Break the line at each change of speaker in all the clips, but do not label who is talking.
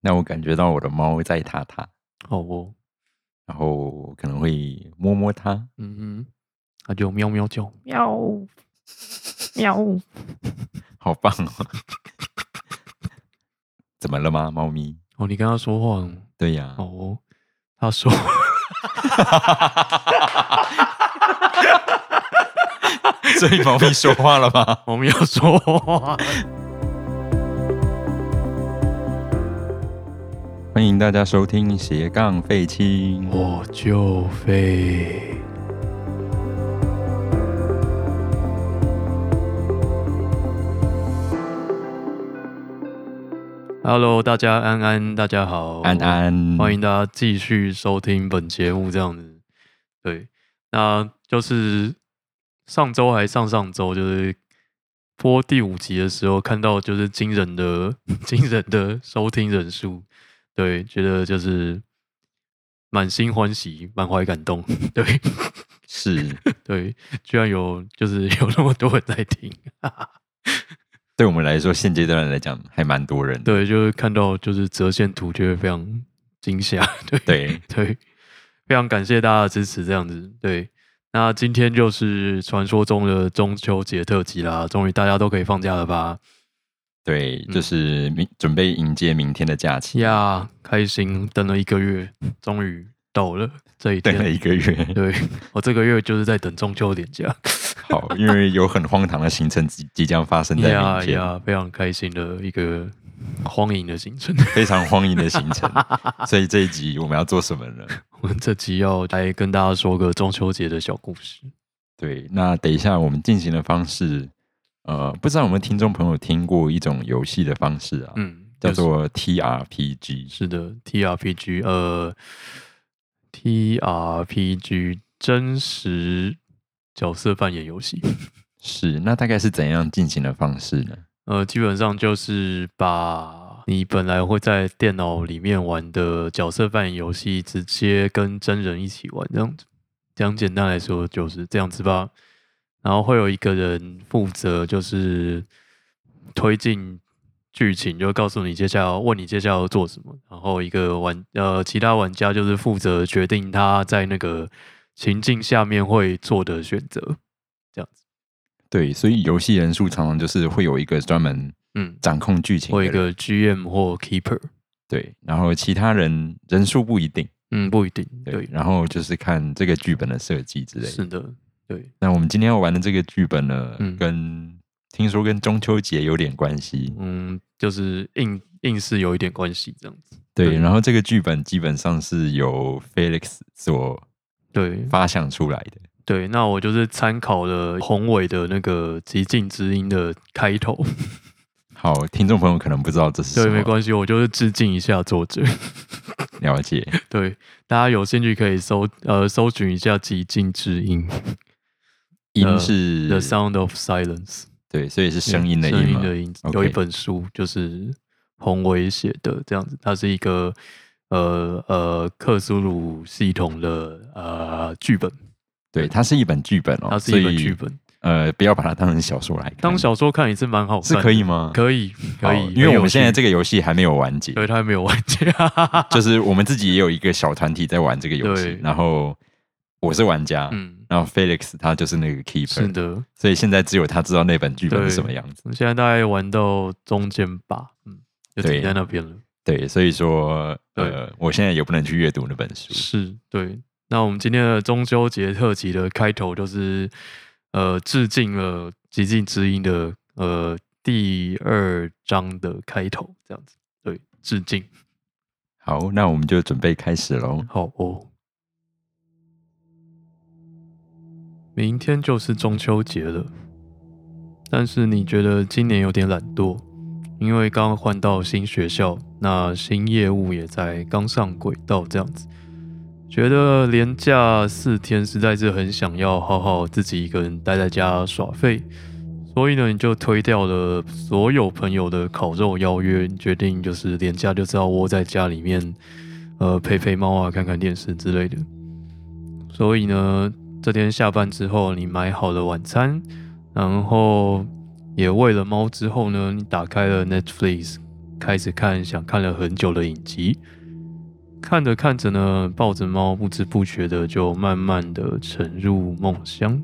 那我感觉到我的猫在踏踏，
好哦，
然后我可能会摸摸它，
嗯哼，它就喵喵叫，
喵喵，
好棒哦！ 怎么了吗，猫咪？
哦，你跟它说话了，
对呀、
好哦，它说，
所以猫咪说话了吗？
我们要说话，
欢迎大家收听斜杠废青，
我就飞。Hello，大家安安，大家好，
安安，
欢迎大家继续收听本节目，这样子。对，那就是上周还上上周，就是播第五集的时候，看到就是惊人的惊人的收听人数，对，觉得就是满心欢喜，满怀感动。对
是
对，居然有就是 有那么多人在听，
对我们来说，现阶段来讲还蛮多人的。
对，就是看到就是折线图，就会非常惊吓。对
对，
对，非常感谢大家的支持，这样子。对，那今天就是传说中的中秋节特辑啦，终于大家都可以放假了吧？
对，
嗯
就是明准备迎接明天的假期，
呀、开心，等了一个月，终于到了这一
等了
天。
一个月。
对我这个月就是在等中秋连假，
好，因为有很荒唐的行程即即将发生在明
呀
天
呀，非常开心的一个荒淫的行程。
非常荒淫的行程。所以这一集我们要做什么呢？
我们这集要来跟大家说个中秋节的小故事。
对，那等一下我们进行的方式，呃，不知道我们听众朋友听过一种游戏的方式啊，
嗯，
叫
就是
做 TRPG。
是的，TRPG，呃，TRPG 真实角色扮演游戏，
是，那大概是怎样进行的方式呢？
呃，基本上就是把你本来会在电脑里面玩的角色扮演游戏，直接跟真人一起玩，这样子。这样简单来说就是这样子吧。然后会有一个人负责就是推进剧情，就告诉你接下来问你接下来要做什么。然后一个玩呃其他玩家就是负责决定他在那个情境下面会做的选择。
对，所以游戏人数常常就是会有一个专门
嗯，
掌控剧情
或
的
一
人，
个 GM 或 Keeper。
对，然后其他人人数不一定，
嗯，不一定，
对，
对，
然后就是看这个剧本的设计之类的。
是的，对，
那我们今天要玩的这个剧本呢，
嗯
跟听说跟中秋节有点关系，
嗯，就是硬硬是有一点关系这样子。
对，
对
然后这个剧本基本上是由 Felix 所
对
发想出来的，
对，那我就是参考了宏伟的那个《极尽之音》的开 头。
好，听众朋友可能不知道这是什
对，
么，
没关系，我就是致敬一下作者。
了解。
对，大家有兴趣可以搜呃搜寻一下《极尽之音
音是、
The 呃 Sound of Silence》
对，所以是声音的
声
音
音
嘛。
的音
OK
有一本书就是宏伟写的，这样子，它是一个呃呃克苏鲁系统的呃剧本，
对，它是一本剧本哦，
它是一本
所以
剧本。
呃，不要把它当成小说来看，
当小说看也是蛮好看
是
的，
可以吗？
可以，可
好
以，
因为我们现在
个
这个游戏还没有完结，
对他还没有玩家，
就是我们自己也有一个小团体在玩这个游戏
对，
然后我是玩家，
嗯，
然后 Felix 他就是那个
是
keeper，
的，
所以现在只有他知道那本剧本是
对
什么样子。
我现在大概玩到中间吧，嗯，就
对
停在那边了，
对，所以说，呃，我现在也不能去阅读那本书。
是对。那我们今天的中秋节特辑的开头就是，呃，致敬了《极尽之音》的呃第二章的开头，这样子，对，致敬。
好，那我们就准备开始喽。
好哦。明天就是中秋节了，但是你觉得今年有点懒惰，因为刚换到新学校，那新业务也在刚上轨道，这样子，觉得连假四天实在是很想要好好自己一个人待在家耍废，所以呢，你就推掉了所有朋友的烤肉邀约，你决定就是连假就是要窝在家里面，呃，陪陪猫啊，看看电视之类的。所以呢，这天下班之后，你买好了晚餐，然后也喂了猫之后呢，你打开了 Netflix，开始看想看了很久的影集。看着看着呢，抱着猫不知不觉的就慢慢的沉入梦乡。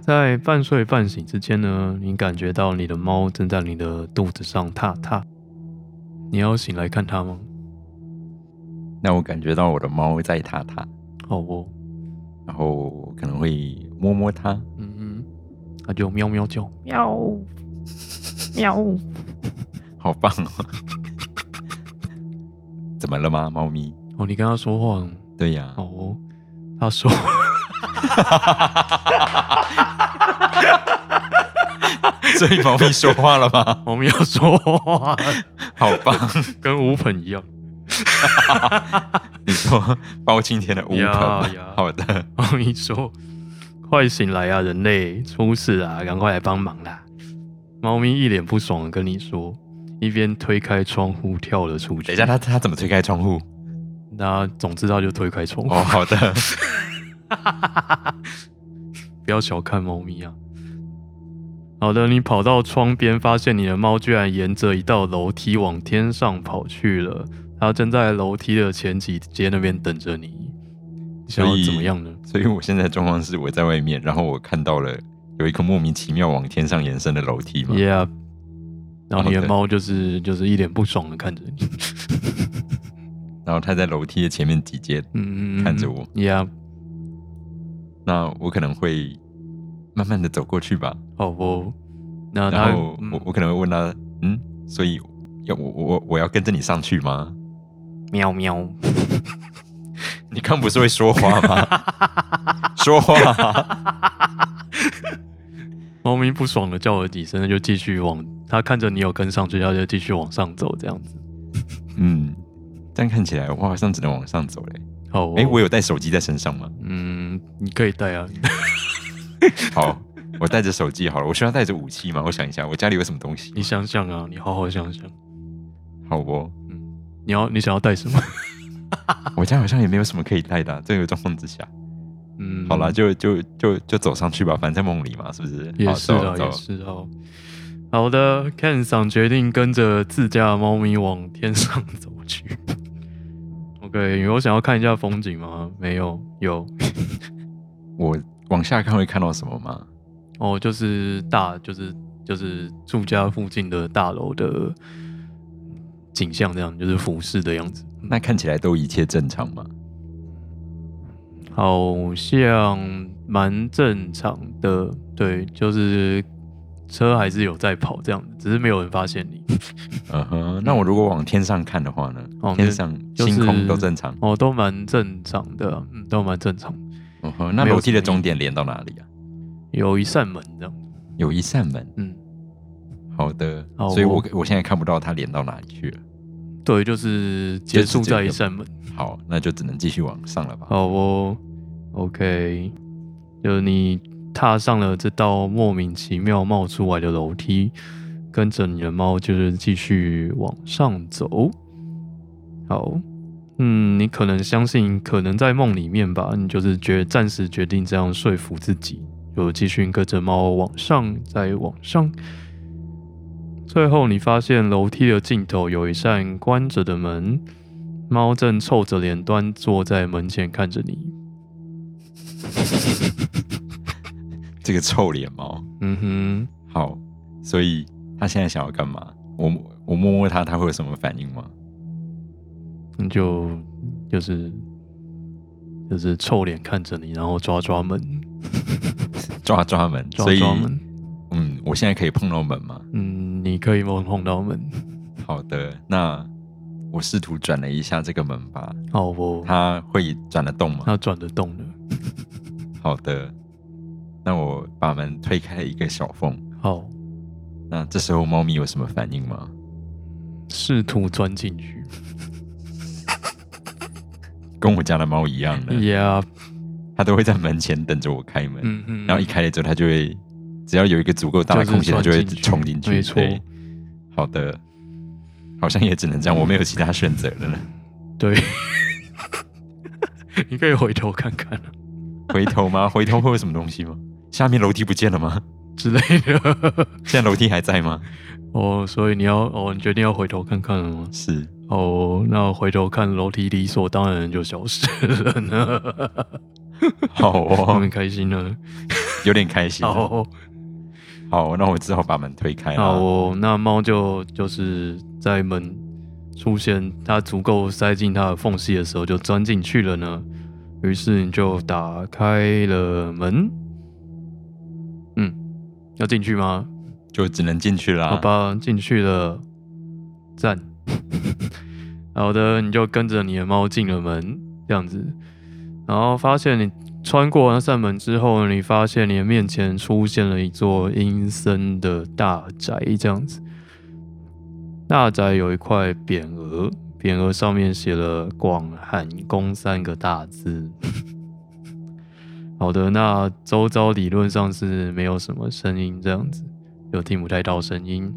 在半睡半醒之间呢，你感觉到你的猫正在你的肚子上踏踏。你要醒来看它吗？
那我感觉到我的猫在踏它，
好哦，
然后可能会摸摸它，
嗯嗯，它就喵喵叫。哦
喵喵，
好棒哦！ 怎么了吗，猫咪？
哦，你跟它说话了，
对呀、
好哦，它说，？
所以猫咪说话了吗
我们要说话，
好 棒！
跟吴鹏一样。
你说包青天的乌盆吗
呀呀
好的，
猫咪说：“快醒来啊，人类，出事啊，赶快来帮忙啦！”猫咪一脸不爽的跟你说，一边推开窗户跳了出去。
等一下，它它怎么推开窗户？
那总之他就推开窗户。
哦，好的，
不要小看猫咪啊！好的，你跑到窗边，发现你的猫居然沿着一道楼梯往天上跑去了。它正在楼梯的前几阶那边等着你。你想要
所以
怎么样呢？
所以我现在的状况是我在外面，然后我看到了有一个莫名其妙往天上延伸的楼梯嘛。
Yeah，然后你
好
的
的
猫
啊
就是就是一脸不爽的看着你，
然后它在楼梯的前面几阶，
嗯
看着我。
Yeah，
那我可能会慢慢的走过去吧，
好不？哦那它
然后我我可能会问他，嗯，所以要我我我我要跟着你上去 吗？
喵喵，
你刚不是会说话吗？ 说话，
猫咪不爽的叫了几声，那就继续往它看着你有跟上去，它就继续往上走这样子。
嗯，这样看起来我好像只能往上走嘞。
好哦，
哎、我有带手机在身上吗？
嗯，你可以带啊，
好，我带着手机好了。我需要带着武器吗？我想一下，我家里有什么东西？
你想想啊，你好好想想，
好哦，
你要你想要 带什么？
我家好像也没有什么可以带的啊、这个状况之下，
嗯，
好啦，就就就就走上去吧，反正在梦里嘛，是不是？
也
好
是啊，
走
也
走
是哦。好的，Ken 桑决定跟着自家的猫咪往天上走去。OK，有想要看一下风景吗？没有，有
我往下看会看到什么吗？
哦，就是大，就是就是住家附近的大楼的景象，这样就是俯视的样子。
那看起来都一切正常嘛。
好像蛮正常的，对，就是车还是有在跑这样子，只是没有人发现你。
嗯哼，那我如果往天上看的话呢？
哦
天上、
就是
星空都正常。
哦，都蛮正常的，嗯，都蛮正常。
嗯哼，那
没有
楼梯的
什么意义
终点连到哪里啊？
有一扇门这样，
有一扇门。
嗯，
好的，
好
所以我
哦
我现在看不到它连到哪里去了。
对，就是结束在一扇门。
好，那就只能继续往上了吧。
好哦，OK，就你踏上了这道莫名其妙冒出来的楼梯，跟着你的猫就是继续往上走。好，嗯，你可能相信，可能在梦里面吧，你就是决暂时决定这样说服自己，就继续跟着猫往上，再往上。最后，你发现楼梯的尽头有一扇关着的门，猫正臭着脸端坐在门前看着你。
这个臭脸猫，
嗯
好，所以它现在想要干嘛？我我摸摸它，它会有什么反应吗？
哼，你就就是就是臭脸看着你，然后抓抓门，
抓抓门，
抓
所以
抓门。
嗯，我现在可以碰到门吗？
嗯，你可以碰碰到门。
好的，那我试图转了一下这个门吧，
好哦，
它会转得动吗？
它转得动了。
好的，那我把门推开了一个小缝。
好，
那这时候猫咪有什么反应吗？
试图钻进去。
跟我家的猫一样的，
Yeah，
它都会在门前等着我开门，
嗯嗯，
哎然后一开了之后，它就会只要有一个足够大的
就是
空隙，它就会
钻进去
冲进去。
没错
对，好的，好像也只能这样，我没有其他选择了呢。
对， 你可以回头看看啊。
回头吗？回头会有什么东西吗？下面楼梯不见了吗？
之类的。
现在楼梯还在吗？
哦，所以你要哦，你决定要回头看看了吗？
是，
哦，那回头看楼梯理所当然就消失了呢，
好
我
哦
很，开心呢。
有点开心。
好、
好，
哦，
那我只好把门推开了。
好哦，那猫就就是在门出现它足够塞进它的缝隙的时候，就钻进去了呢。于是你就打开了门，嗯，要进去吗？
就只能进去啦。
好，吧，进去了，赞。好的，你就跟着你的猫进了门，这样子，然后发现你穿过那扇门之后，你发现你的面前出现了一座阴森的大宅，这样子。大宅有一块匾额，匾额上面写了“广寒宫”三个大字。 好的，那周遭理论上是没有什么声音，这样子。又听不太到声音。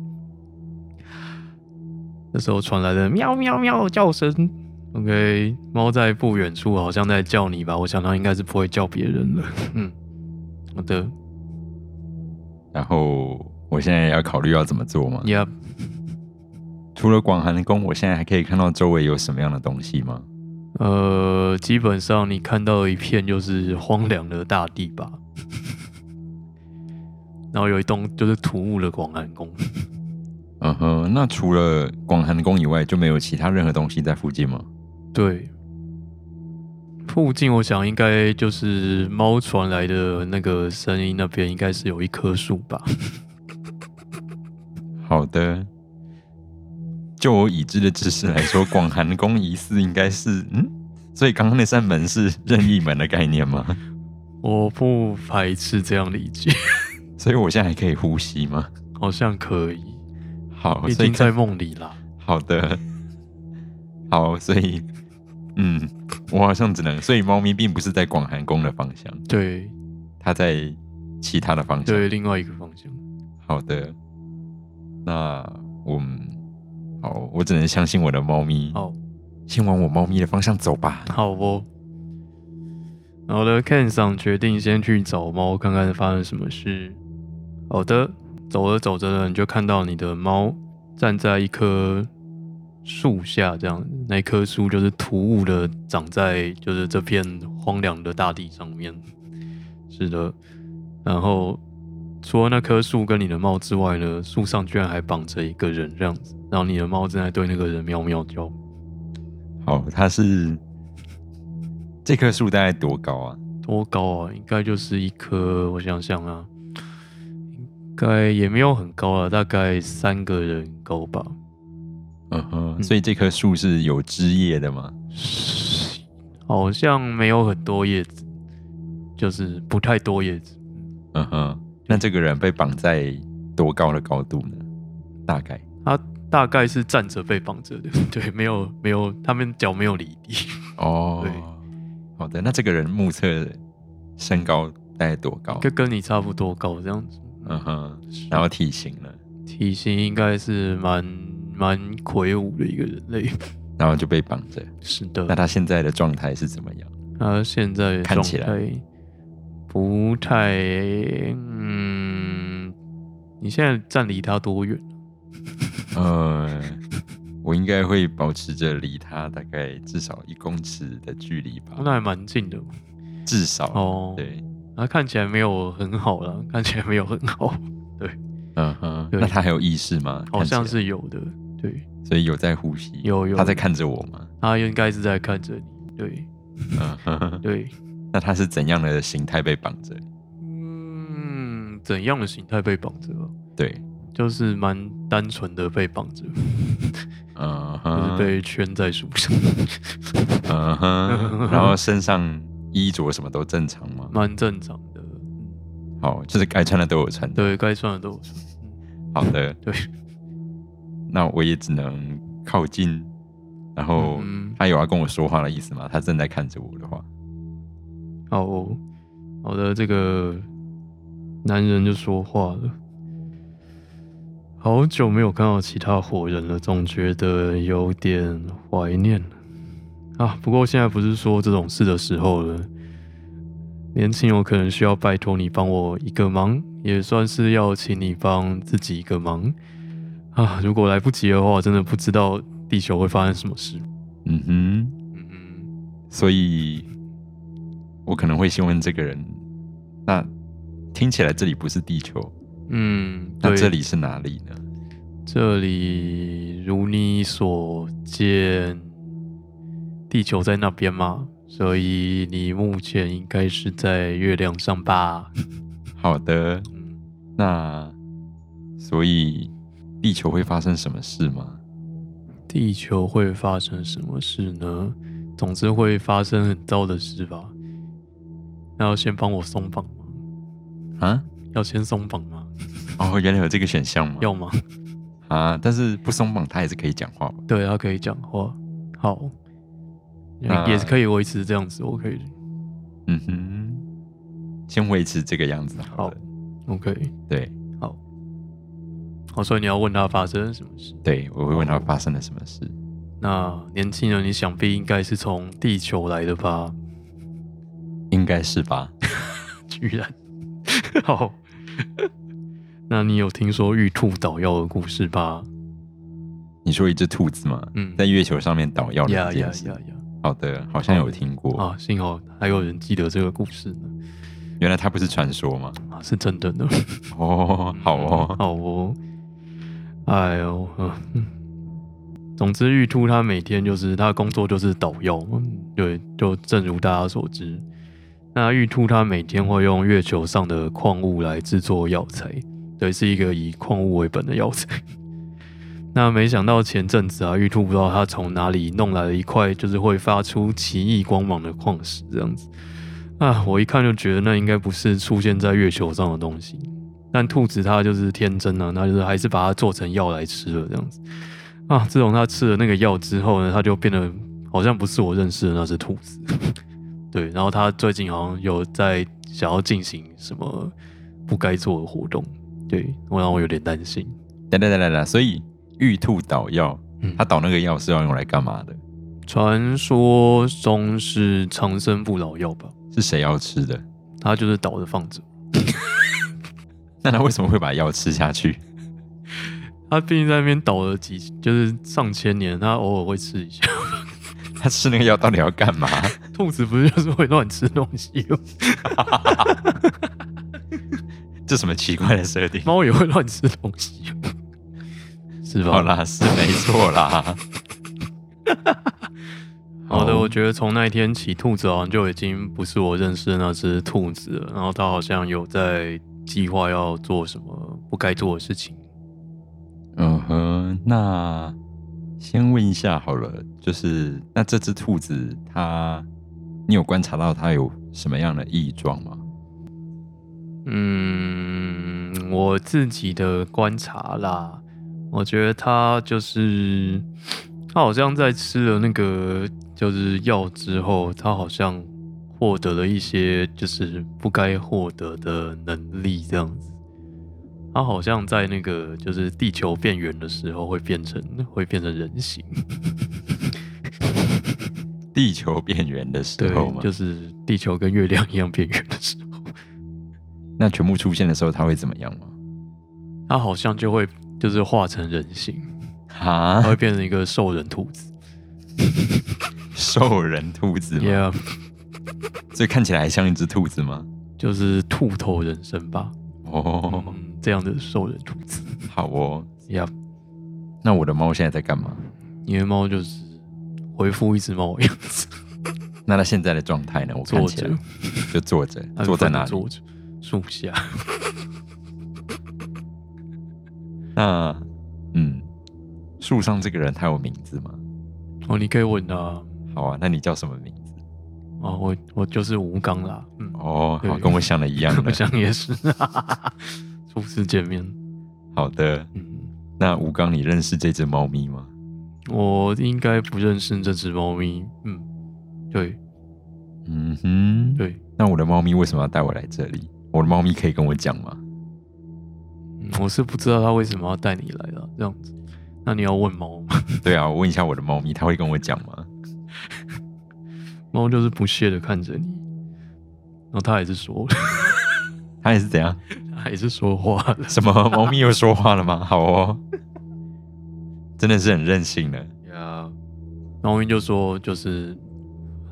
这时候传来的喵喵喵的叫声。OK，猫在不远处好像在叫你吧？我想它应该是不会叫别人了。嗯，好的
然后我现在要考虑要怎么做吗？
，Yep，
除了广寒宫，我现在还可以看到周围有什么样的东西吗？
呃，基本上你看到的一片就是荒凉的大地吧， 然后有一栋就是突兀的广寒宫。
嗯哼，那除了广寒宫以外，就没有其他任何东西在附近吗？
对，附近我想应该就是猫传来的那个声音，那边应该是有一棵树吧。
好的，就我已知的知识来说，广寒宫疑似应该是嗯，所以刚刚那扇门是任意门的概念吗？
我不排斥这样理解，
所以我现在还可以呼吸吗？
好像可以，
好，
已
哦所以
经在
看
梦里啦。
好的，好，所以嗯，我好像只能，所以猫咪并不是在广寒宫的方向，
对
它在其他的方向。
对，另外一个方向。
好的，那我们好，我只能相信我的猫咪。
好，
先往我猫咪的方向走吧。
好哦。好的，Ken 上决定先去找猫，看看发生什么事。好的，走着走着呢，你就看到你的猫站在一棵树下，这样子那棵树就是突兀的长在就是这片荒凉的大地上面。 是的，然后除了那棵树跟你的猫之外呢，树上居然还绑着一个人，这样子，然后你的猫正在对那个人喵喵叫。
好，它是这棵树大概多高啊？
多高啊？应该就是一棵，我想想啊，应该也没有很高啊，大概三个人高吧。
嗯哼，所以这棵树是有枝叶的吗？
好像没有很多叶子，就是不太多叶子。
嗯哼，那这个人被绑在多高的高度呢？大概
他大概是站着被绑着的， 对，没有没有，他们脚没有离地。
哦
对，
好的，那这个人目测身高大概多高？
跟跟你差不多高这样子。
嗯哼，然后体型呢？
体型应该是蛮蛮魁梧的一个人类。
然后就被绑着。
是的，
那他现在的状态是怎么样？
他现在的
看起
状态不太，嗯，你现在站离他多远？啊
呃，我应该会保持着离他大概至少一公尺的距离吧，
那还蛮近的
至少。
哦。，
哦对，
他看起来没有很好了， 看起来没有很好，
嗯哼，
对
那他还有意识吗？
好像
看起来，
是有的。对，
所以有在呼吸，
有有
他在看着我吗？
他应该是在看着你。对
嗯哼，
对，
那他是怎样的形态被绑着？
嗯，怎样的形态被绑着啊？
对，
就是蛮单纯的被绑着，
嗯
就是
哼，
被圈在树上，
嗯哼，然后身上衣着什么都正常吗？
蛮正常的。
好，就是该穿的都有穿的。
对该穿的都有穿。
好的，
对，
那我也只能靠近。然后
嗯
他有要跟我说话的意思吗？他正在看着我的话，
好哦好的，这个男人就说话了。好久没有看到其他活人了，总觉得有点怀念啊。不过现在不是说这种事的时候了。年轻有可能需要拜托你帮我一个忙，也算是要请你帮自己一个忙啊。如果来不及的话，我真的不知道地球会发生什么事。
嗯哼。
嗯嗯，
所以我可能会先问这个人，那听起来这里不是地球，
嗯，
那
对，
这里是哪里呢？
这里如你所见，地球在那边嘛，所以你目前应该是在月亮上吧？
好的，
嗯，
那所以地球会发生什么事吗？
地球会发生什么事呢？总之会发生很糟的事吧？那要先帮我松绑吗？
啊？
要先松绑吗？
哦，原来有这个选项吗？
要吗？
啊，但是不松绑，他还是可以讲话吧？
对，他可以讲话，好，也
那
也是可以维持这样子，我可以
嗯哼，先维持这个样子好了。
，OK，
对
好，好，所以你要问他发生了什么事。
对，我会问他发生了什么事。
那年轻人，你想必应该是从地球来的吧？
应该是吧？
居然， 好， 那你有听说玉兔捣药的故事吧？
你说一只兔子吗？
嗯
在月球上面捣药的
呀
这
呀
件事。
呀呀！
好的，好像有听过。
啊，幸好还有人记得这个故事呢，
原来它不是传说吗？
啊，是真的呢。
哦，好
嗯
哦，
好哦。哎呦，嗯总之玉兔他每天就是他的工作就是捣药，嗯对，就正如大家所知，那玉兔它每天会用月球上的矿物来制作药材，对，是一个以矿物为本的药材。 那没想到前阵子啊，玉兔不知道他从哪里弄来了一块就是会发出奇异光芒的矿石，这样子啊，我一看就觉得那应该不是出现在月球上的东西。但兔子它就是天真啊，那就是还是把它做成药来吃了这样子啊。自从它吃了那个药之后呢，它就变得好像不是我认识的那只兔子。 对，然后它最近好像有在想要进行什么不该做的活动，对，我让我有点担心。
等等等等等，所以玉兔捣药，
嗯，
它捣那个药是要用来干嘛的？
传说中是长生不老药吧？
是谁要吃的？
它就是倒着放着。
那它为什么会把药吃下去？
它毕竟在那边倒了几，就是上千年，它偶尔会吃一下。
它吃那个药到底要干嘛？
兔子不是就是会乱吃东西吗？
这什么奇怪的设定？
猫也会乱吃东西，是吧？
好，啦，是没错 啦。
好的，我觉得从那一天起，兔子好像就已经不是我认识的那只兔子了。然后它好像有在计划要做什么不该做的事情。
嗯哼，那先问一下好了，就是那这只兔子它，你有观察到它有什么样的异状吗？
嗯，我自己的观察啦，我觉得它就是它好像在吃了那个就是药之后，它好像获得了一些就是不该获得的能力，这样子。它好像在那个就是地球变圆的时候会变成会变成人形，
地球变圆的时候吗？
就是地球跟月亮一样变圆的时候，
那全部出现的时候，它会怎么样吗？
它好像就会就是化成人形，
哈
它，会变成一个兽人兔子。
兽人兔子吗
Yeah，
所以看起来还像一只兔子吗？
就是兔头人生吧，
哦，
嗯，这样的兽人兔子。
好哦。
呀，
那我的猫现在在干嘛？
你的猫就是回复一只猫的样子，
那它现在的状态呢？我看
坐
起
着
来，就坐着，
安
坐在
分地
哪里？
坐着，树下。
那嗯，树上这个人他有名字吗？
哦，你可以问他啊，
好啊，那你叫什么名字？
我我就是吴刚啦，嗯，
哦，
对
好，跟我想的一样
我
的。
想也是，初次见面，
好的，
嗯，
那吴刚，你认识这只猫咪吗？
我应该不认识这只猫咪，嗯，对
嗯哼，
对，
那我的猫咪为什么要带我来这里？我的猫咪可以跟我讲吗？
嗯我是不知道他为什么要带你来了，这样子，那你要问猫吗？
对啊，我问一下我的猫咪，它会跟我讲吗？
猫就是不屑的看着你，然后它还是说了，
它也是怎样？
还是说话了。
什么猫咪又说话了吗？ 好哦，真的是很任性的。
呀，猫咪就说，就是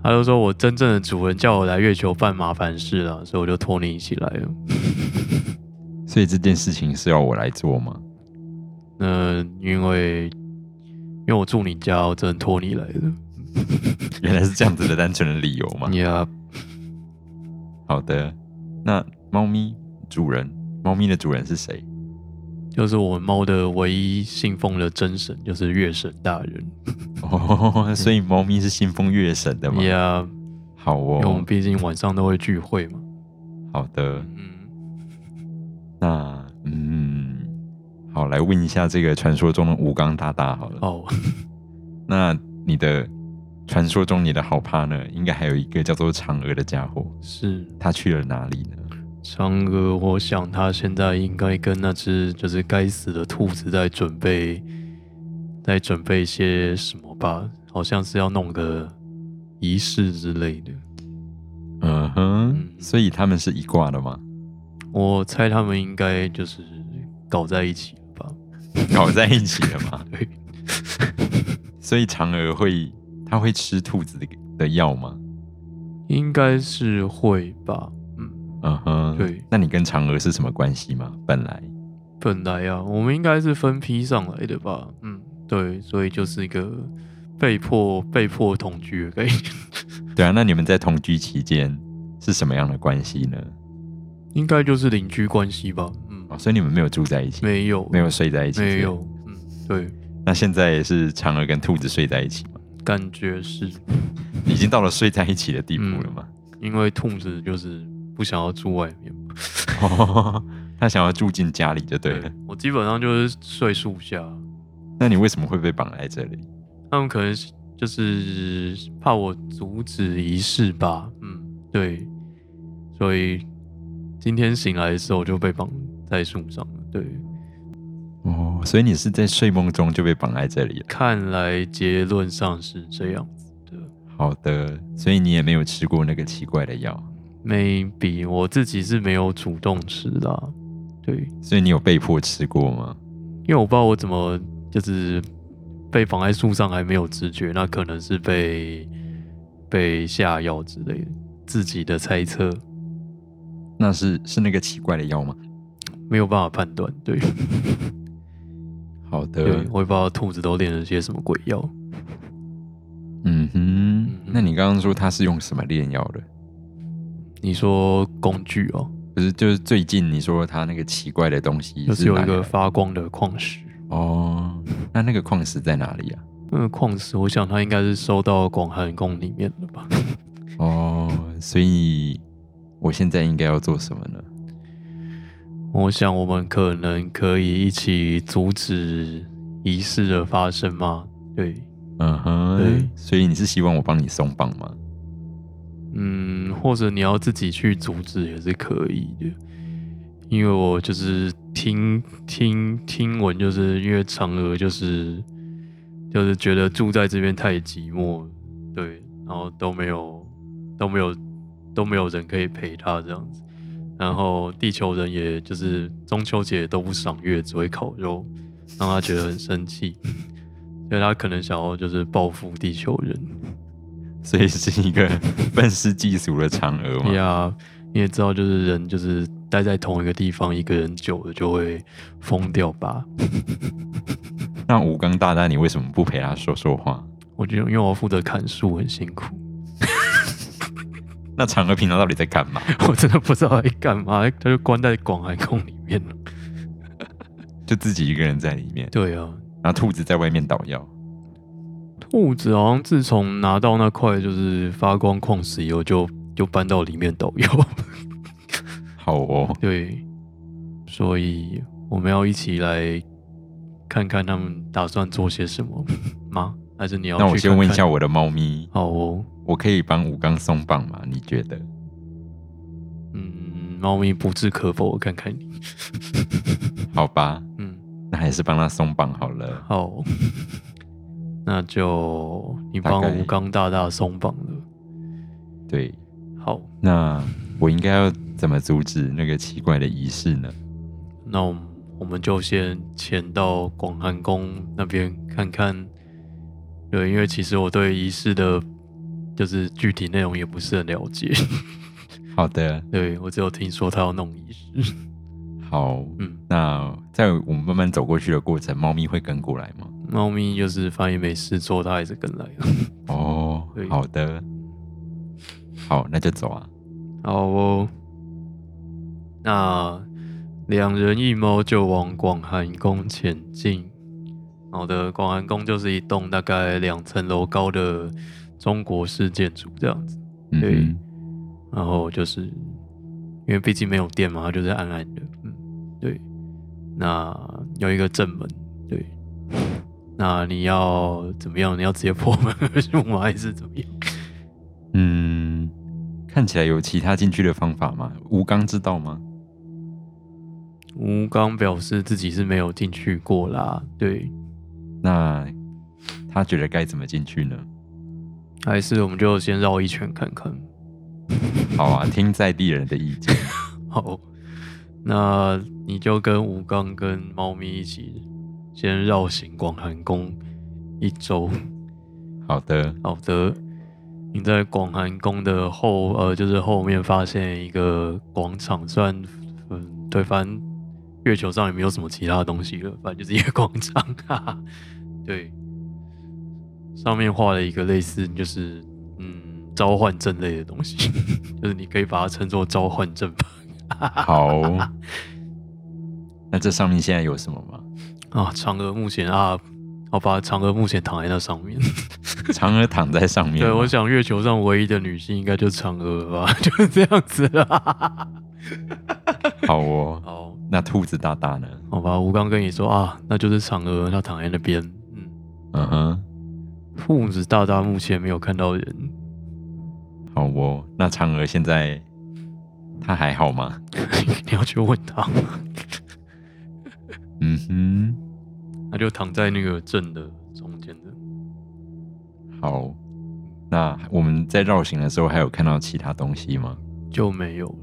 他就说我真正的主人叫我来月球办麻烦事了，所以我就托你一起来了。
所以这件事情是要我来做吗？
那因为因为我住你家，我只能托你来的。
原来是这样子的单纯的理由吗？
呀，
好的，那猫咪主人，猫咪的主人是谁？
就是我们猫的唯一信奉的真神，就是月神大人。
哦，所以猫咪是信奉月神的吗？
呀，
好
因为我
哦
们，毕竟晚上都会聚会嘛。
好的，
嗯，
那嗯，好，来问一下这个传说中的吴刚大大好了。
哦，
那你的传说中你的好 partner 应该还有一个叫做嫦娥的家伙，
是
他去了哪里呢？
嫦娥，我想她现在应该跟那只就是该死的兔子在准备，在准备一些什么吧？好像是要弄个仪式之类的。
嗯哼，所以他们是一挂的吗？
我猜他们应该就是搞在一起了吧？
搞在一起了 吗？
对，
所以嫦娥会，它会吃兔子的的药吗？
应该是会吧？嗯，
嗯哼，
对。
那你跟嫦娥是什么关系吗？本来
本来啊，我们应该是分批上来的吧？嗯，对，所以就是一个被迫被迫同居的概念。
对啊，那你们在同居期间是什么样的关系呢？
应该就是邻居关系吧？嗯，
哦，所以你们没有住在一起，
没有，
没有睡在一起，
没。有，嗯，对，
那现在也是嫦娥跟兔子睡在一起吗？
感觉是
已经到了睡在一起的地步了吗？
因为兔子就是不想要住外面。
哦，
嗯
他想要住进家里就对了。
我基本上就是睡树下，
那你为什么会被绑在这里？
他们可能是就是怕我阻止仪式吧，嗯，对，所以今天醒来的时候我就被绑在树上了。对，
哦，所以你是在睡梦中就被绑在这里了。
看来结论上是这样子的。
好的，所以你也没有吃过那个奇怪的药，
maybe 我自己是没有主动吃的啊、对，
所以你有被迫吃过吗？
因为我不知道我怎么就是被绑在树上还没有知觉，那可能是被被下药之类的，自己的猜测
那是是那个奇怪的药吗？
没有办法判断。对，
好
对
的，
我也不知道兔子都练了些什么鬼药。
嗯哼
哼，
那你刚刚说他是用什么炼药的？
你说工具哦，
不是，就是最近你说他那个奇怪的东西
就是有
哪
一
里
个
来
发光的矿石，
哦，那那个矿石在哪里啊？
那个矿石我想它应该是收到广寒宫里面了吧？
哦，所以我现在应该要做什么呢？
我想我们可能可以一起阻止仪式的发生吗？对，
嗯哼
对，
所以你是希望我帮你松绑吗？
嗯，或者你要自己去阻止也是可以的，因为我就是听听听闻，就是因为嫦娥就是就是觉得住在这边太寂寞，对，然后都没有都没有都没有人可以陪她这样子，然后地球人也就是中秋节都不赏月，只会烤肉，让她觉得很生气， 所以她可能想要就是报复地球人。
所以是一个愤世嫉俗的嫦娥吗？
呀你也知道，就是人就是待在同一个地方，一个人久了就会疯掉吧。
那吴刚大大，你为什么不陪他说说话？
我觉得，因为我负责砍树，很辛苦，
那嫦娥平常到底在干嘛？
我真的不知道在干嘛，他就关在广寒宫里面了。
就自己一个人在里面，
对啊，
然后兔子在外面捣药。
兔子好像自从拿到那块就是发光矿石以后就，就搬到里面导游。
好哦，
对，所以我们要一起来看看他们打算做些什么吗？还是你要
那我
去
先
看
问一
看
下我的猫咪，
好哦。
我可以帮吴刚松绑吗？你觉得？
嗯，猫咪不置可否，我看看你。
好吧，
嗯，
那还是帮他松绑好了。
好， 那就你
大
帮
概
吴刚大大松绑了。
对，
好，
那我应该要怎么阻止那个奇怪的仪式呢？
那我们我们就先潜到广寒宫那边看看。对，因为其实我对仪式的，就是具体内容也不是很了解。
好的，
对我只有听说他要弄仪式。
好，
嗯，
那在我们慢慢走过去的过程，猫咪会跟过来吗？
猫咪就是发现没事做，它还是跟来了。
哦
对，
好的，好，那就走啊。
好哦，那两人一猫就往广寒宫前进。好的，广寒宫就是一栋大概两层楼高的中国式建筑这样子。
嗯
对
哼，
然后就是因为毕竟没有电嘛，它就是暗暗的。嗯，对。那有一个正门，对。那你要怎么样？你要直接破门 而入吗？还是怎么样？
嗯，看起来有其他进去的方法吗？吴刚知道吗？
吴刚表示自己是没有进去过啦，对。
那他觉得该怎么进去呢？
还是我们就先绕一圈看看。
好啊，听在地人的意见。
好，那你就跟吴刚跟猫咪一起先绕行广寒宫一周。
好的，
好的，你在广寒宫的后呃，就是后面发现一个广场，虽然嗯，对，反正月球上也没有什么其他的东西了，反正就是一个广场， 哈哈，对，上面画了一个类似就是嗯召唤阵类的东西， 就是你可以把它称作召唤阵吧。
好。那这上面现在有什么 吗？
啊，嫦娥目前啊，好吧，嫦娥目前躺在那上面。
嫦娥躺在上面吗。
对，我想月球上唯一的女性应该就是嫦娥吧， 就是这样子啦。
好哦。
好，
那兔子大大呢？
好吧，吴刚跟你说啊，那就是嫦娥，她躺在那边。嗯，
嗯哼，
兔子大大目前没有看到人，
好哦。那嫦娥现在她还好吗？
你要去问他，
嗯哼，
他就躺在那个正的中间的。
好。那我们在绕行的时候还有看到其他东西吗？
就没有了，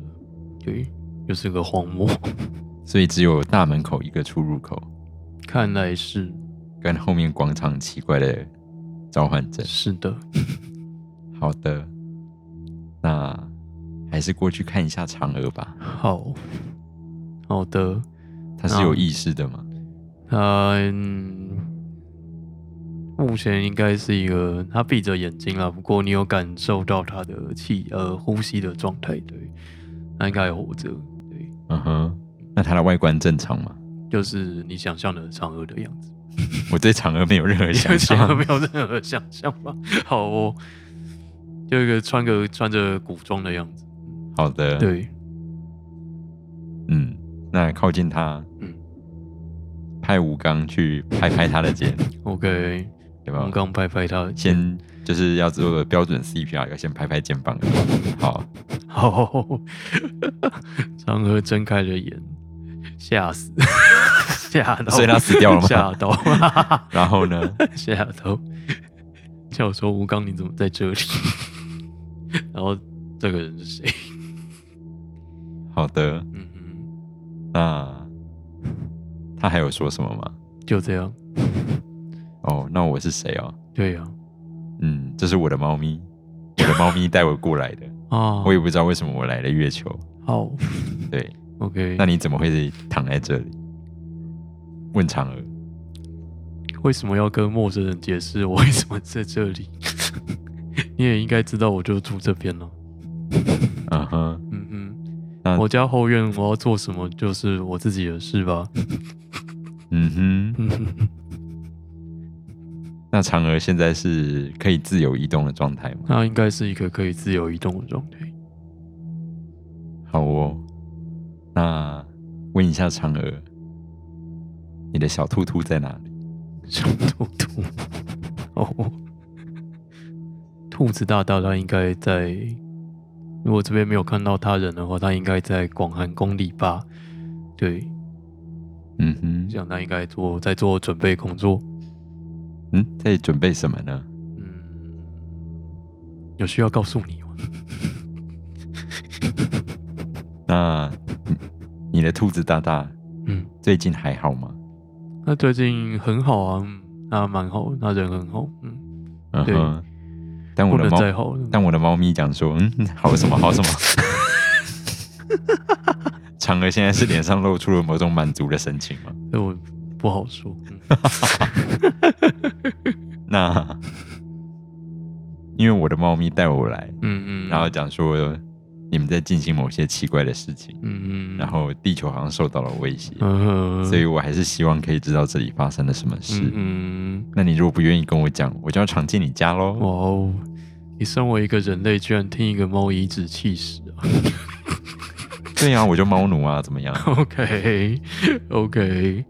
对，又是个荒漠，
所以只有大门口一个出入口，
看来是
跟后面广场奇怪的召唤阵。
是的，
好的，那还是过去看一下嫦娥吧。
好好的，
她是有意识的吗？
嗯，目前应该是一个他闭着眼睛啦，不过你有感受到他的气呃呼吸的状态，对，他应该还活着，对，
嗯哼，那她的外观正常 吗？
就是你想象的嫦娥的样子。
我对嫦娥没有任何
你
想
对嫦娥没
象。
有任何想象吗？好哦，就一个穿个穿着古装的样子，
好的，，
对，
嗯，那靠近她，
嗯
派吴刚去拍拍她的 肩，
，OK，
嗯对
我
吧
们？刚拍拍他，
先就是要做个标准 CPR，要先拍拍肩膀。好，
好，嫦娥睁开了眼，吓死，吓到，
所以她死掉了吗
吓到，
然后 呢？
吓到，叫我说吴刚你怎么在这里？然后这个人是谁？
好的，
嗯嗯，
那她还有说什么吗？
就这样，
哦，那我是谁哦？
对呀、
嗯，这是我的猫咪，我的猫咪带我过 来的。
啊，啊，
我也不知道为什么我来了月球。
好
对，
，OK，
那你怎么会躺在这里？问嫦娥。
为什么要跟陌生人解释我为什么在这里？ 你也应该知道，我就住这边了。
嗯哼，
嗯嗯，
那
我家后院我要做什么就是我自己的事吧。
嗯哼。
嗯哼哼，
那嫦娥现在是可以自由移动的状态吗？
那应该是一个可以自由移动的状态。嗯
好哦。那问一下嫦娥，你的小兔兔在哪里？
小兔兔，哦，兔子大大它应该在，如果这边没有看到他人的话，它应该在广寒宫里吧？对，
嗯
我
哼，
想它应该做在做准备工作。
嗯，在准备什么呢？
嗯，有需要告诉你吗？
那你的兔子大大
嗯，
最近还好吗？
那最近很好啊，嗯那蛮好，那人很好，嗯，
嗯
对
哼，但
不
我的
能
猫，
再好了。
但嗯我的猫咪讲说，嗯，好什么好什么。嫦娥现在是脸上露出了某种满足的神情吗？
嗯这我不好说。嗯
那因为我的猫咪带我来，
嗯嗯，
然后讲说你们在进行某些奇怪的事情，
嗯嗯，
然后地球好像受到了威胁，
嗯，
所以我还是希望可以知道这里发生了什么事。
嗯
那你如果不愿意跟我讲，我就要闯进你家喽。
嗯，哇哦！你身为一个人类，居然听一个猫颐指气使啊
对呀、我就猫奴啊，怎么样？
！OK OK，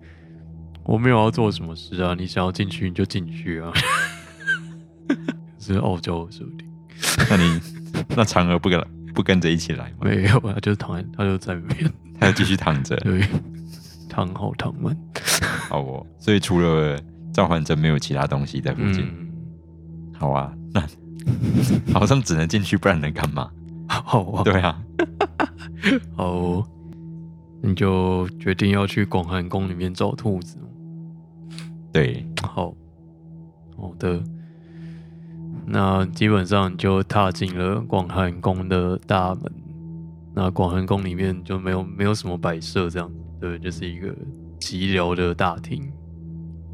我没有要做什么事啊，你想要进去你就进去啊。 是傲娇的设定，
那你 那嫦娥不跟不跟着一起来吗？
没有啊，就是躺在，他就在那边，
他要继续躺着，
对，躺好躺满，
好哦。所以除了召唤针，没有其他东西在附近。
嗯，
好啊，那 好像只能进去，不然能干嘛？
好啊，
对啊，
好哦，你就决定要去广寒宫里面找兔子。
对，
好，好的。那基本上你就踏进了广寒宫的大门。那广寒宫里面就没有没有什么摆设，这样对，就是一个寂寥的大厅。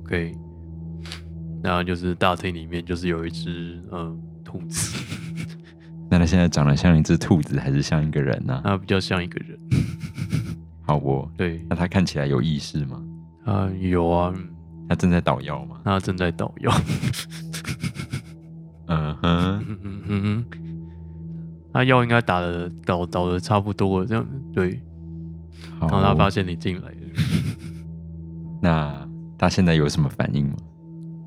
OK，那就是大厅里面就是有一只嗯兔子，
那它现在长得像一只兔子，还是像一个人呢、啊
它比较像一个人。
好哦，
对，
那它看起来有意识吗？
啊有啊， 嗯
它正在捣药吗？
它正在捣药。
嗯哼，
嗯嗯嗯嗯， 那药应该打的倒倒的差不多了，这样子对。
好
然后他
哦
发现你进来了，
那它现在有什么反应吗？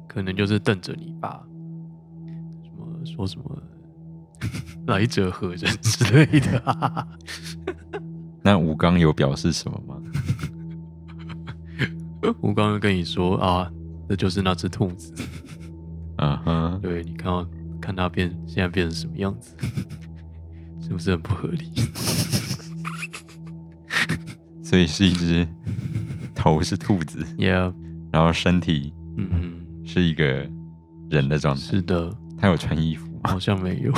可能就是瞪着你吧，什么说什么 来者何人之类的、啊
那吴刚有表示什么吗？
我刚刚跟你说啊，这就是那只兔子，
嗯哼，
对你看到看它变现在变成什么样子， 是不是很不合理？
所以是一只头是兔子，
yeah，
然后身体
嗯嗯，
是一个人的状态。
是的，
他有穿衣服吗？
好像没有。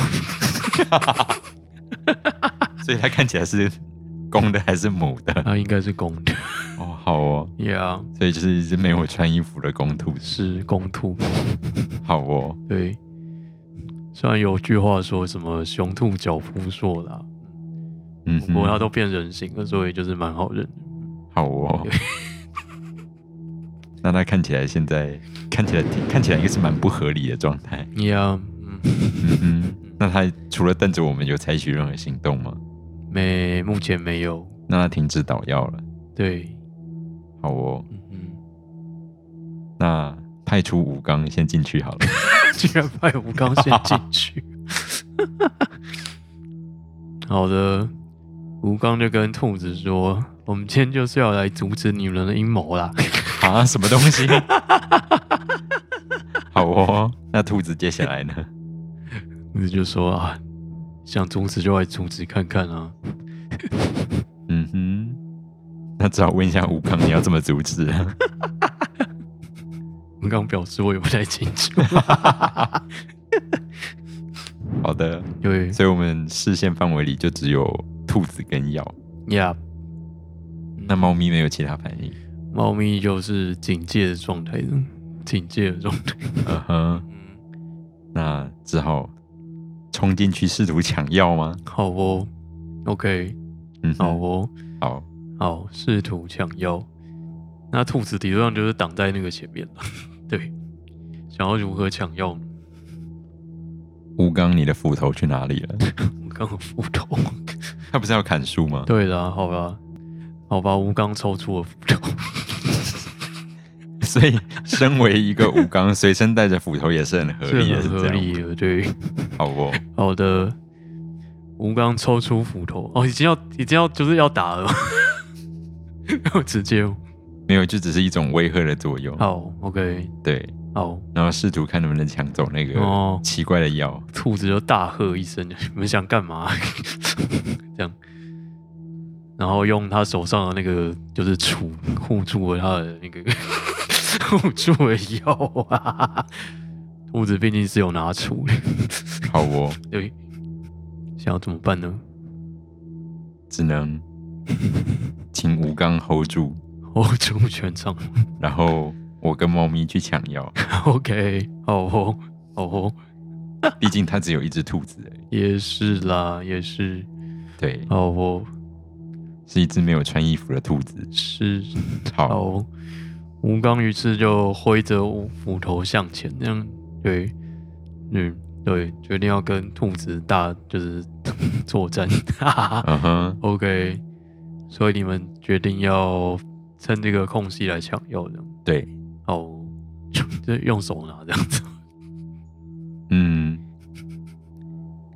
所以他看起来是公的还是母的？
它应该是公的
哦，好哦，
，Yeah，
所以就是一只没有穿衣服的公兔子。
是公兔。
好哦，
对，虽然有句话说什么“雄兔脚扑朔”啦，
嗯
不过它
哼，
都变人形了，所以就是蛮好认的。
好哦。 那他看起来现在看起来挺看起来应该是蛮不合理的状态。
呀、嗯，
嗯哼，那他除了瞪着我们，有采取任何行动吗？
没，目前没有。
那他停止捣药了。
对，
好哦，
嗯嗯，
那派出武刚先进去好了。
居然派吴刚先进去。好的，吴刚就跟兔子说：“我们今天就是要来阻止女人的阴谋啦。
啊，什么东西？ 好哦，那兔子接下来呢？”
兔子就说：“啊，想阻止就来阻止看看啊。
嗯哼，那只好问一下吴刚，你要怎么阻止 啊？”
吴刚表示我也不太清楚。
好的，
对
所以我们视线范围里就只有兔子跟药，
呀，
那猫咪没有其他反应。
猫咪就是警戒的状态，警戒的状态。
嗯哼，
嗯，
那只好冲进去试图抢药吗？
好哦，OK，
嗯
好
哼，
哦，
好，
好，试图抢药。那兔子理论上就是挡在那个前面 了，对。想要如何抢药呢？
吴刚，你的斧头去哪里 了？
我刚刚斧 头。
他不是要砍树吗？
对啦，好吧，好吧，吴刚抽出了斧头。
所以，身为一个吴刚，随身带着斧头也是很合理
这
的，
很
是
合
这
理
样。
的，对。
好哦，
好的，吴刚抽出斧头，哦，已经要已经要就是要打 了， 我直接
没有，就只是一种威吓的作用。
好，OK，
对，
好，
然后试图看能不能抢走那个
哦，
奇怪的药。
兔子就大喝一声：“你们想干嘛？”这样，然后用他手上的那个就是杵护住了他的那个护住了腰啊。兔子毕竟是有拿杵的，
好哦，
对，想要怎么办呢？
只 能请吴刚 hold 住，
我主全场
然后我跟猫咪去抢 药，
，OK，好哦，好哦，
毕竟它只有一只兔子而已。
也是啦，也是，
对，
好哦，
是一只没有穿衣服的兔子。
是。
好，
好，吴刚于是就挥着斧头向前，这样对，嗯，对，决定要跟兔子大就是 作战。 哈哈哈
嗯哼，
OK，所以你们决定要趁这个空隙来抢药，这样
对，
好，就是用手拿 这样子。
嗯，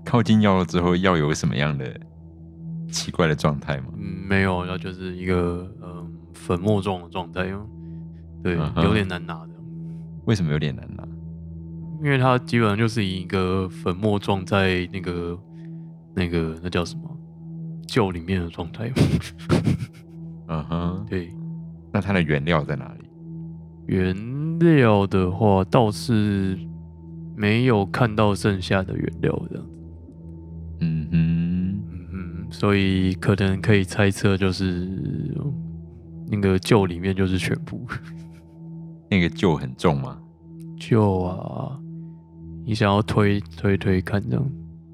靠近药了之后，药有什么样的奇怪的状态吗？
嗯，没有，那就是一个嗯粉末状的状态，因为对
嗯，哼
有点难拿的，
为什么有点难拿？
因为它基本上就是以一个粉末状在那个那个那叫什么臼里面的状态。
嗯哼，
对，
那它的原料在哪里？
原料的话倒是没有看到剩下的原料这样子。
嗯哼，
嗯嗯，所以可能可以猜测就是嗯那个臼里面就是全部
那个臼很重吗？
臼啊。你想要推推推看这样，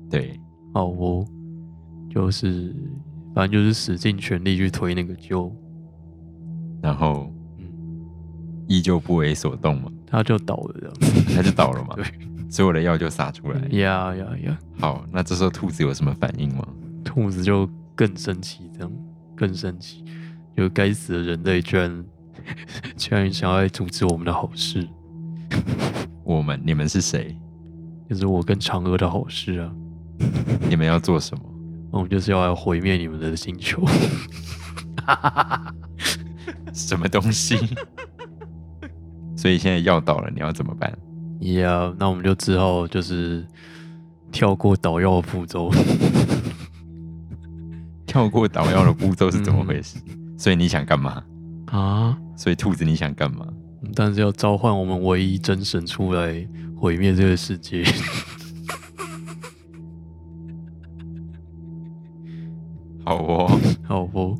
对，
好哦，就是反正就是使尽全力去推那个臼，
然后
嗯。
依旧不为所动嘛，
他就倒了这样子。
它就倒了嘛，
对， 嗯
所有的药就撒出来。
呀呀呀！
好，那这时候兔子有什么反应吗？
兔子就更生气，这样更生气，就该死的人类居然 居然想要来阻止我们的好事，
我们，你们是谁？
就是我跟嫦娥的好事啊！
你们要做什么？
我们就是要来毁灭你们的星球。
什么东西？ 所以现在药倒了，你要怎么办？
呀，那我们就只好就是跳过捣药的步骤。
跳过倒药的步骤是怎么回事？所以你想干嘛？
啊！
所以兔子你想干嘛？
但是要召唤我们唯一真神出来毁灭这个世界。
好哦，
好不？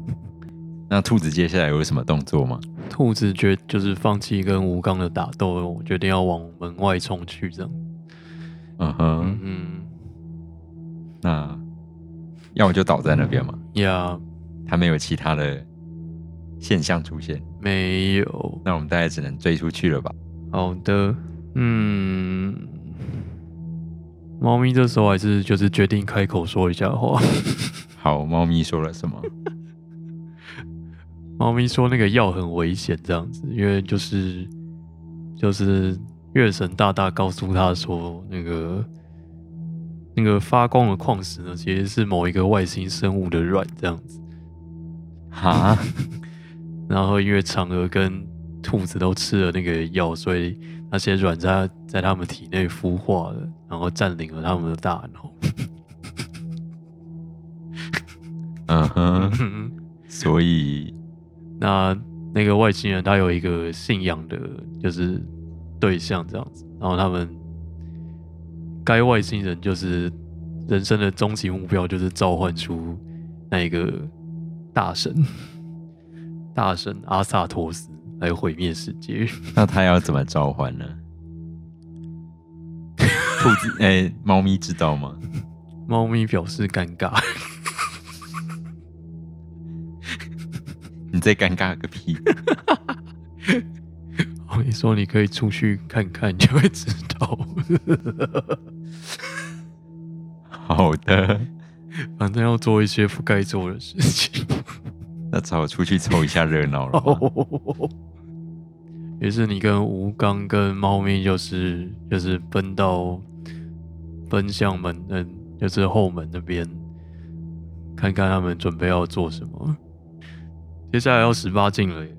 那兔子接下来有什么动作吗？
兔子决就是放弃跟吴刚的打斗，我决定要往门外冲去，这样。
嗯哼，
嗯
那药就倒在那边嘛，
哼，呀，
它没有其他的现象出现，
没有。
那我们大概只能追出去了吧？
好的，嗯，猫咪这时候还是就是决定开口说一下话。
好，猫咪说了什么？
猫咪说那个药很危险，这样子，因为就是就是月神大大告诉他说，那个那个发光的矿石呢，其实是某一个外星生物的卵，这样子。
哈，
然后因为嫦娥跟兔子都吃了那个药，所以那些软在在他们体内孵化了，然后占领了他们的大脑。
嗯哼，所以
那那个外星人他有一个信仰的，就是对象这样子，然后他们该外星人就是人生的终极目标就是召唤出那一个大神，大神阿萨托斯来毁灭世界。
那它要怎么召唤呢？兔子， 哎、猫咪知道吗？
猫咪表示尴尬。
你在尴尬个屁！
我你说你可以出去看看，你就会知道。
好的，
反正要做一些不该做的事情。
那只好出去凑一下热闹了
哦
吧。
于是你跟吴刚跟猫咪就是就是奔到奔向门，嗯，就是后门那边，看看他们准备要做什么。接下来要十八禁了耶，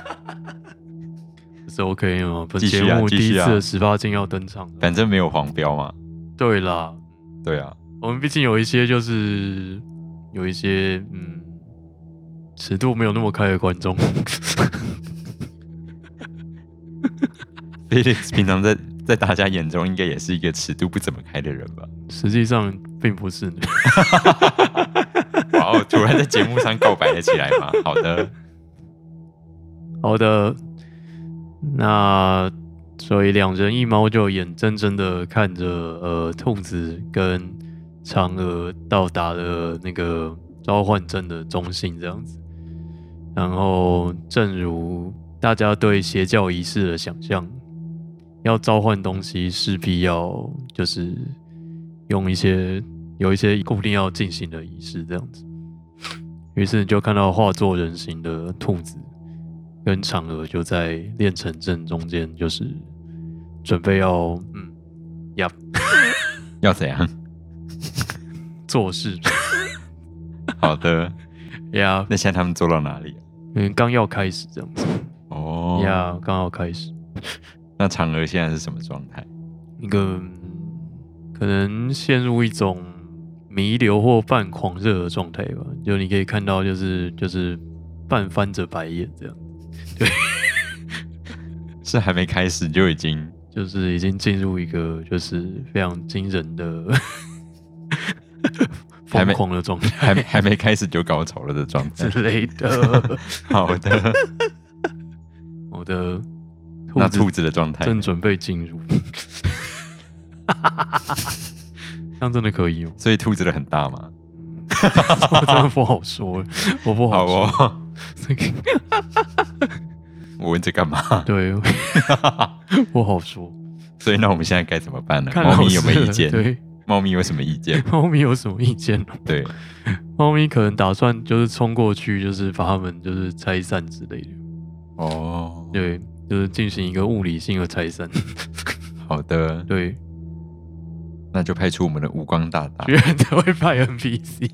这是 OK 吗？本
继
节
续啊
目
继
第一
续啊
次的十八禁要登场了。
反正没有黄标嘛。
对啦，
对啊，
我们毕竟有一些就是有一些嗯尺度没有那么开的观众。
Felix 平常在在大家眼中应该也是一个尺度不怎么开的人吧？
实际上并不是呢，
哇哦，突然在节目上告白了起来嘛。好的，
好的，那所以两人一猫就眼睁睁的看着呃兔子跟嫦娥到达了那个召唤阵的中心这样子，然后正如大家对邪教仪式的想象，要召唤东西势必要就是用一些有一些固定要进行的仪式这样子，于是你就看到化作人形的兔子。跟嫦娥就在炼成阵中间，就是准备要嗯呀
要怎样？
做事
好的，
呀，
那现在他们做到哪里了？
嗯，刚要开始这样子
哦，
呀，刚要开始
那嫦娥现在是什么状态？
一个嗯可能陷入一种弥留或半狂热的状态吧，就你可以看到就是就是半翻着白眼这样，
是还没开始就已经
就是已经进入一个就是非常惊人的
还
疯
没
狂的状态
还没 还没开始就高潮了的状态？
之类 的。
好 的，
我的兔
那
子
兔子的状态
正准备进入， 这样真的可以 吗？
所以兔子的很大吗？
我真的不好说，我不
好
好说。
哦，
这个
我问这干嘛？
对，不好说。
所以那我们现在该怎么办呢？
看
猫
老
咪
师
有没有意
了
见？
对，
猫咪有什么意 见？
猫咪有什么意见呢？
对，
猫咪可能打算就是冲过去，就是把它们就是拆散之类的。
哦，
对，就是进行一个物理性的拆散。
好的，
对，
那就派出我们的无光大大
居，然才会派 NPC。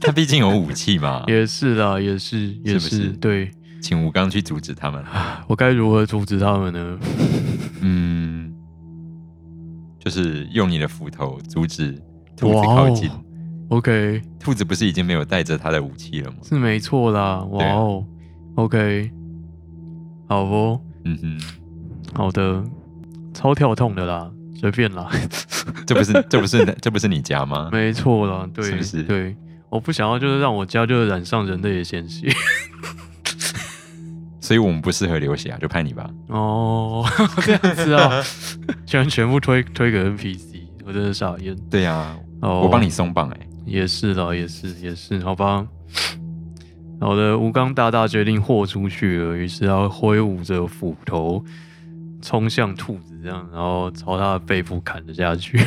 他毕竟有武器 嘛，
也是啦，也是，
是
也
不是
对。啊
请吴刚去阻止他 们。
我该如何阻止他们呢？
嗯，就是用你的斧头阻止兔子
哇哦
靠近。
，OK，
兔子不是已经没有带着它的武器了吗？
是没错啦。
对
哇
啊
哦，OK，好哦，
嗯哼，
好的，超跳痛的啦，随便 啦，
这不是这不是这不是你家吗？
没错啦，对，
是不是
对，我不想要就是让我家就是染上人类的嫌隙。
所以我们不适合流血啊，就派你吧。
哦，这样子啊， 居然全部推推给 NPC，我真的傻眼。
对呀、
哦，
我帮你松绑哎、
也是啦，也是也是，好吧。好的，吴刚大大决定豁出去了，于是他挥舞着斧头冲向兔子，这样，然后朝他的背部砍了下去。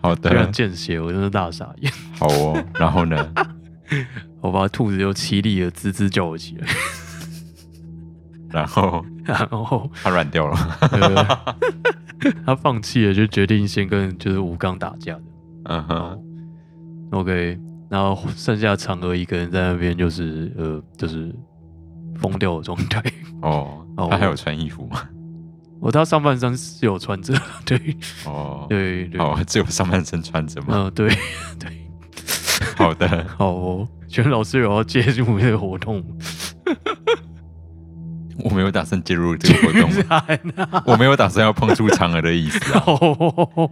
好
非常
的，
见血，我真的大傻眼。
好哦。然后 呢？
我把兔子就凄厉的吱吱叫了起来，
然后
然后
它软掉了。
呃，他放弃了，就决定先跟就是吴刚打架的。哦
嗯哼，
OK，然后剩下嫦娥一个人在那边，就是呃，就是疯掉的状态。
哦，
哦
它还有穿衣服吗？
我他上半身是有穿着， 对
哦，
对对，
哦，只有上半身穿着吗？
嗯、对对，
好 的，
好哦。全老师有要介入这个活动，
我没有打算介入这个活动，我没有打算要碰触嫦娥的意 思啊，
哦，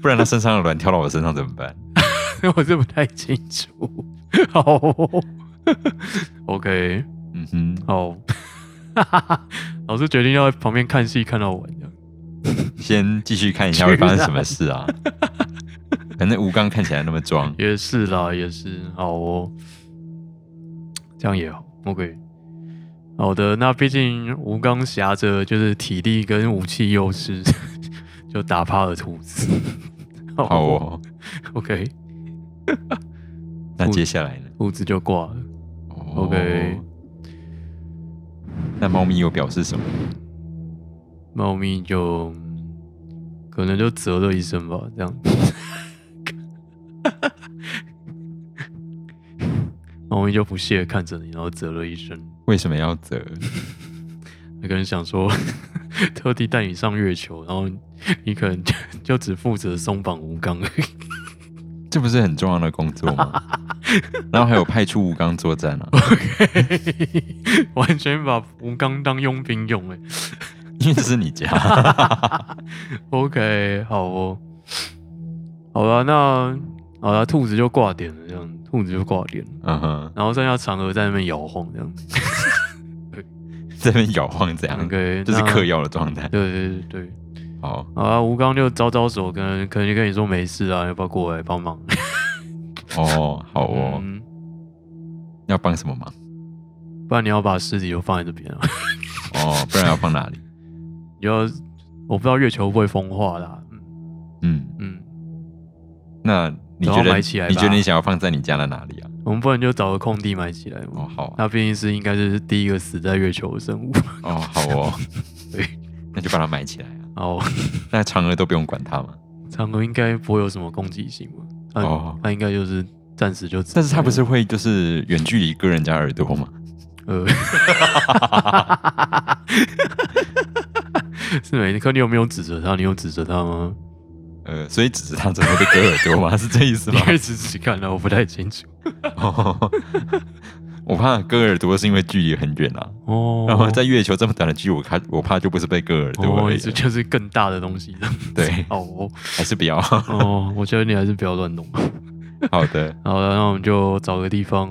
不然它身上的卵跳到我身上怎么办？
我这不太清楚。好哦，OK，
嗯哼，
好， 老师决定要在旁边看戏看到晚这样。
先继续看一下会发生什么事 啊。反正吴刚看起来那么装，
也是啦，也是好哦，这样也好，OK。好的，那毕竟吴刚挟着就是体力跟武器优势， 就打趴了兔子。
好哦。
，OK，
那接下来呢
兔子就挂了。
哦
OK
那猫咪又表示什么？
猫咪就可能就啧了一声吧，这样。 猫咪就不屑地看着你，然后啧了一声。
为什么要折？
那个人想说， 特地带你 上月球，然后你可能就就只负责松绑吴刚而已。
这不是很重要的工作吗？然后还有派出吴刚作战啊，
完全把吴刚当佣兵用哎、
因为这是你家。
OK，好哦，好了，那好了，兔子就挂点了，这样兔子就挂点了，
嗯哼，
然后剩下嫦娥在那边摇晃这样子。
这边摇晃嗯这样，
OK，
就是
那
嗑药的状态。
对对对对，
好，
好啊，吴刚就招招手，可能可能就跟你说没事啊，要不要过来帮忙？
哦，好哦，
嗯
要帮什么忙？
不然你要把尸体就放在这边啊，
哦，不然要放哪里？
你要我不知道月球会不会风化啦，嗯
嗯，
嗯，
那你觉
然后
得
埋起来吧
你觉得你想要放在你家的哪里啊？
我们不然就找个空地埋起来。
哦，好啊，
那毕竟是应该是第一个死在月球的生物，
哦，好哦
对，
那就把它埋起来啊。
哦，
那嫦娥都不用管它嘛？
嫦娥应该不会有什么攻击性吧？它
哦
它应该就是暂时就只，
但是它不是会就是远距离割人家耳朵吗？
呃， 是没，可你有没有指责他？你有指责他吗？
呃，所以只是它真的被割耳朵 吗？是这意思
你
吗？
可以仔细看啊，我不太清楚。
哦，我怕割耳朵是因为距离很远啊，
哦，
然后在月球这么短的距离，我怕我怕就不是被割耳朵
哦，
而
意
已
思
了。
就是更大的东西。
对，
哦
还是不要。
哦，我觉得你还是不要乱弄。
好的，
好了，那我们就找个地方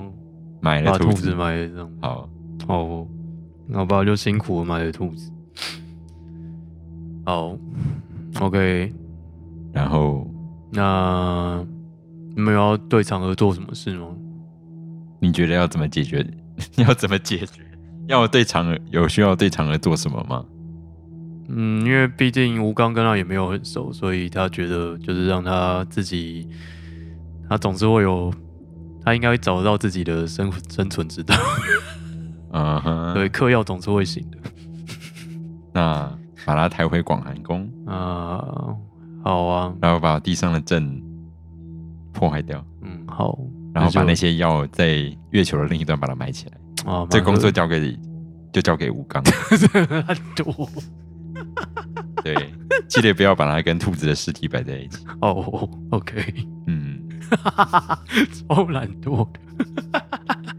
买
把
了
兔
兔
子
子。
埋了这样。
好，
哦，好吧，就辛苦了买了兔子。好，OK，
然后
那你们有要对嫦娥做什么事吗？
你觉得要怎么解决？ 要怎么解决？要我对嫦娥有需要对嫦娥做什么吗？
嗯，因为毕竟吴刚跟他也没有很熟，所以他觉得就是让他自己，他总是会有，他应该会找得到自己的生生存之 道。
嗯哼，
对，，嗑药总是会醒的。
那把它抬回广寒宫，
啊、好啊，
然后把地上的阵破坏掉，
嗯，好，
然后把
就
那些药在月球的另一端把它埋起来。
啊，
这工作
就
交给就交给吴刚，
很多
对，记得不要把它跟兔子的尸体摆在一起。
哦，OK，
嗯，
超懒惰的。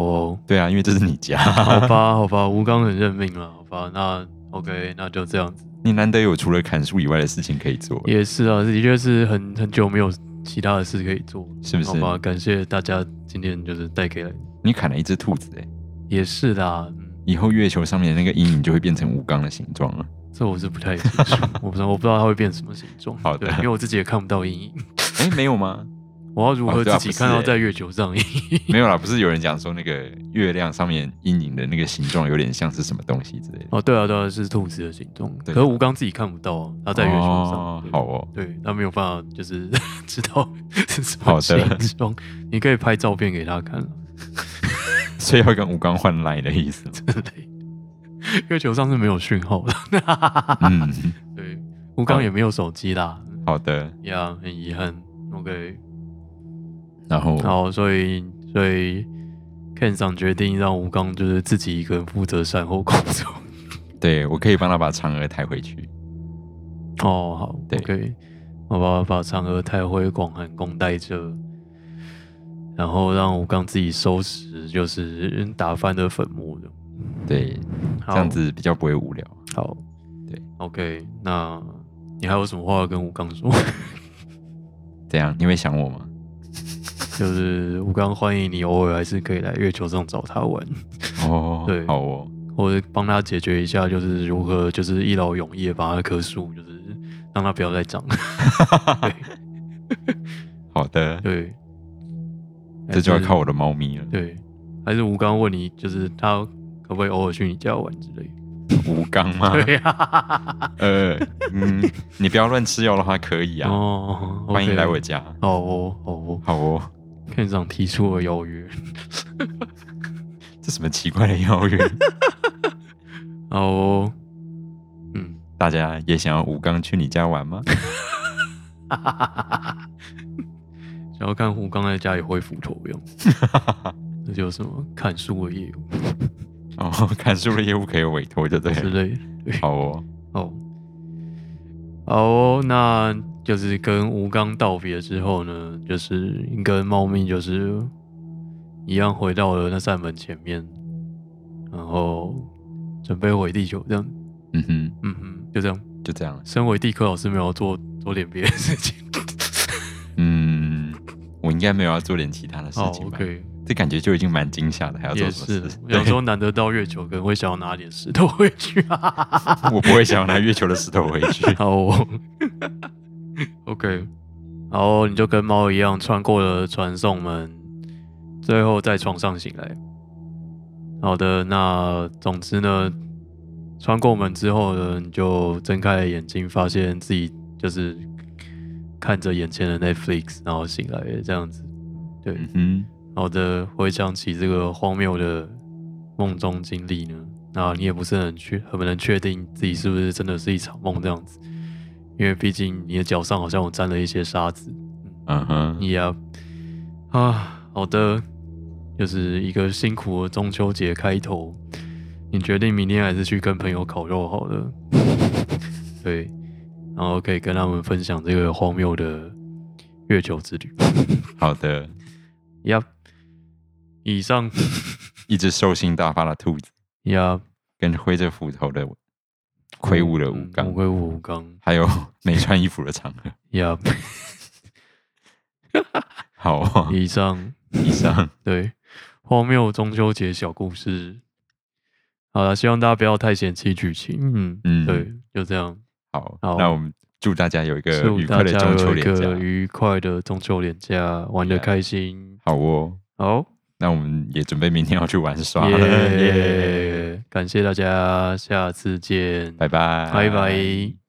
哦，
对啊，因为这是你家，
好吧，好吧，吴刚很认命了，好吧，那 OK，那就这样子。
你难得有除了砍树以外的事情可以做，
也是啊，的确是很很久没有其他的事可以做，
是不是
好？吧，感谢大家今天就是带给了，
你砍了一只兔子、欸，
也是啦，嗯，
以后月球上面的那个阴影就会变成吴刚的形状了。
这我是不太清楚，我不知道我不知道它会变什么形状。
好的
对因为我自己也看不到阴影，
哎、没有吗？
我要如
哦
何
对
自
啊
己
不是
看到
欸
在月球上阴影？
没有啦，不是有人讲说那个月亮上面阴影的那个形状有点像是什么东西之类的。
哦，对啊，对啊，是兔子的形状，
对啊
可是吴刚自己看不到啊，他在月球上，
哦
对
好哦，
对他没有办法，就是 知道是什
好
么
的
形状。你可以拍照片给他看啊
所以要跟吴刚换 line 的意 思吗。
之类的。月球上是没有讯号的，
嗯，
对，吴刚也没有手机啦，
好的。
呀，很遗憾。OK，
然后
好，所以所以 Ken 上决定让吴刚就是自己一个人负责善后工作。
对我可以帮他把嫦娥抬回去。
哦，好
对
，OK，我把把嫦娥带回广寒宫待着，然后让吴刚自己收拾，就是打翻的粉末的，
对，
好
这样子比较不会无聊。
好，
对
，OK，那你还有什么话要跟吴刚说？
怎样？你会想我吗？
就是吴刚欢迎你，偶尔还是可以来月球上找他玩，
哦，
对
好哦，
或者帮他解决一下，就是如何就是一劳永逸地把那棵树，就是让它不要再长。
好的，
对，
这就要
哎还是
靠我的猫咪了。
对，还是吴刚问你，就是他可不可以偶尔去你家玩之类 的？
吴刚吗？
对啊呀、
呃，嗯，你不要乱吃药的话可以啊。
哦，
欢迎
OK
来我。家。
好哦，好哦，
好哦，
院长提出了邀约。
这什么奇怪的邀约？
好哦，嗯，
大家也想要吴刚去你家玩吗？
想要看吴刚在家里恢复头样，那叫什么看书的业务
哦，看书的业务可以委托，就对哦
之
了。
类的。对，
好哦，
哦，好哦，那就是跟吴刚道别之后呢，就是跟猫咪就是一样回到了那扇门前面，然后准备回地球，这样，
嗯哼，
嗯哼，就这样。
就这样了。
身为地科老师，没有要做做点别的事情。
嗯，我应该没有要做点其他的事
好
情吧？
哦，OK，
这感觉就已经蛮惊吓的，还要做
也
什么
是
事？，
我
对
想说难得到月球，可能会想要拿点石头回去啊。。
我不会想要拿月球的石头回去
好、哦、，OK，然后你就跟猫一样穿过了传送门，最后在床上醒来。好的，那总之呢，穿过门之后呢，你就睁开了眼睛，发现自己就是看着眼前的 Netflix，然后醒来了这样子。对，
嗯
好的，回想起这个荒谬的梦中经历呢，那你也不是很确很能确定自己是不是真的是一场梦这样子，因为毕竟你的脚上好像有沾了一些沙子。
哼，嗯哼，
你呀、啊，好的，就是一个辛苦的中秋节开头，你决定明天还是去跟朋友烤肉好了。 对，然后可以跟他们分享这个荒谬的月球之旅。
好的。
呀，以上
一只兽性大发的兔子，
呀，
跟挥着斧头的魁梧的武
嗯
刚，
魁梧武刚
还有没穿衣服的嫦娥。
呀，
好哦，
以上
以上
对荒谬中秋节小故事。好了，希望大家不要太嫌弃剧情。嗯
嗯
对，就这样。
好，
好
那我们祝大家有一个
祝
愉
大
快的
家
中秋
有一
连
个
假。
愉快的中秋连假，玩的
Yeah
开心。
好哦，
好，
那我们也准备明天要去玩耍 了，耶！
耶！感谢大家，下次见，
拜拜，
拜拜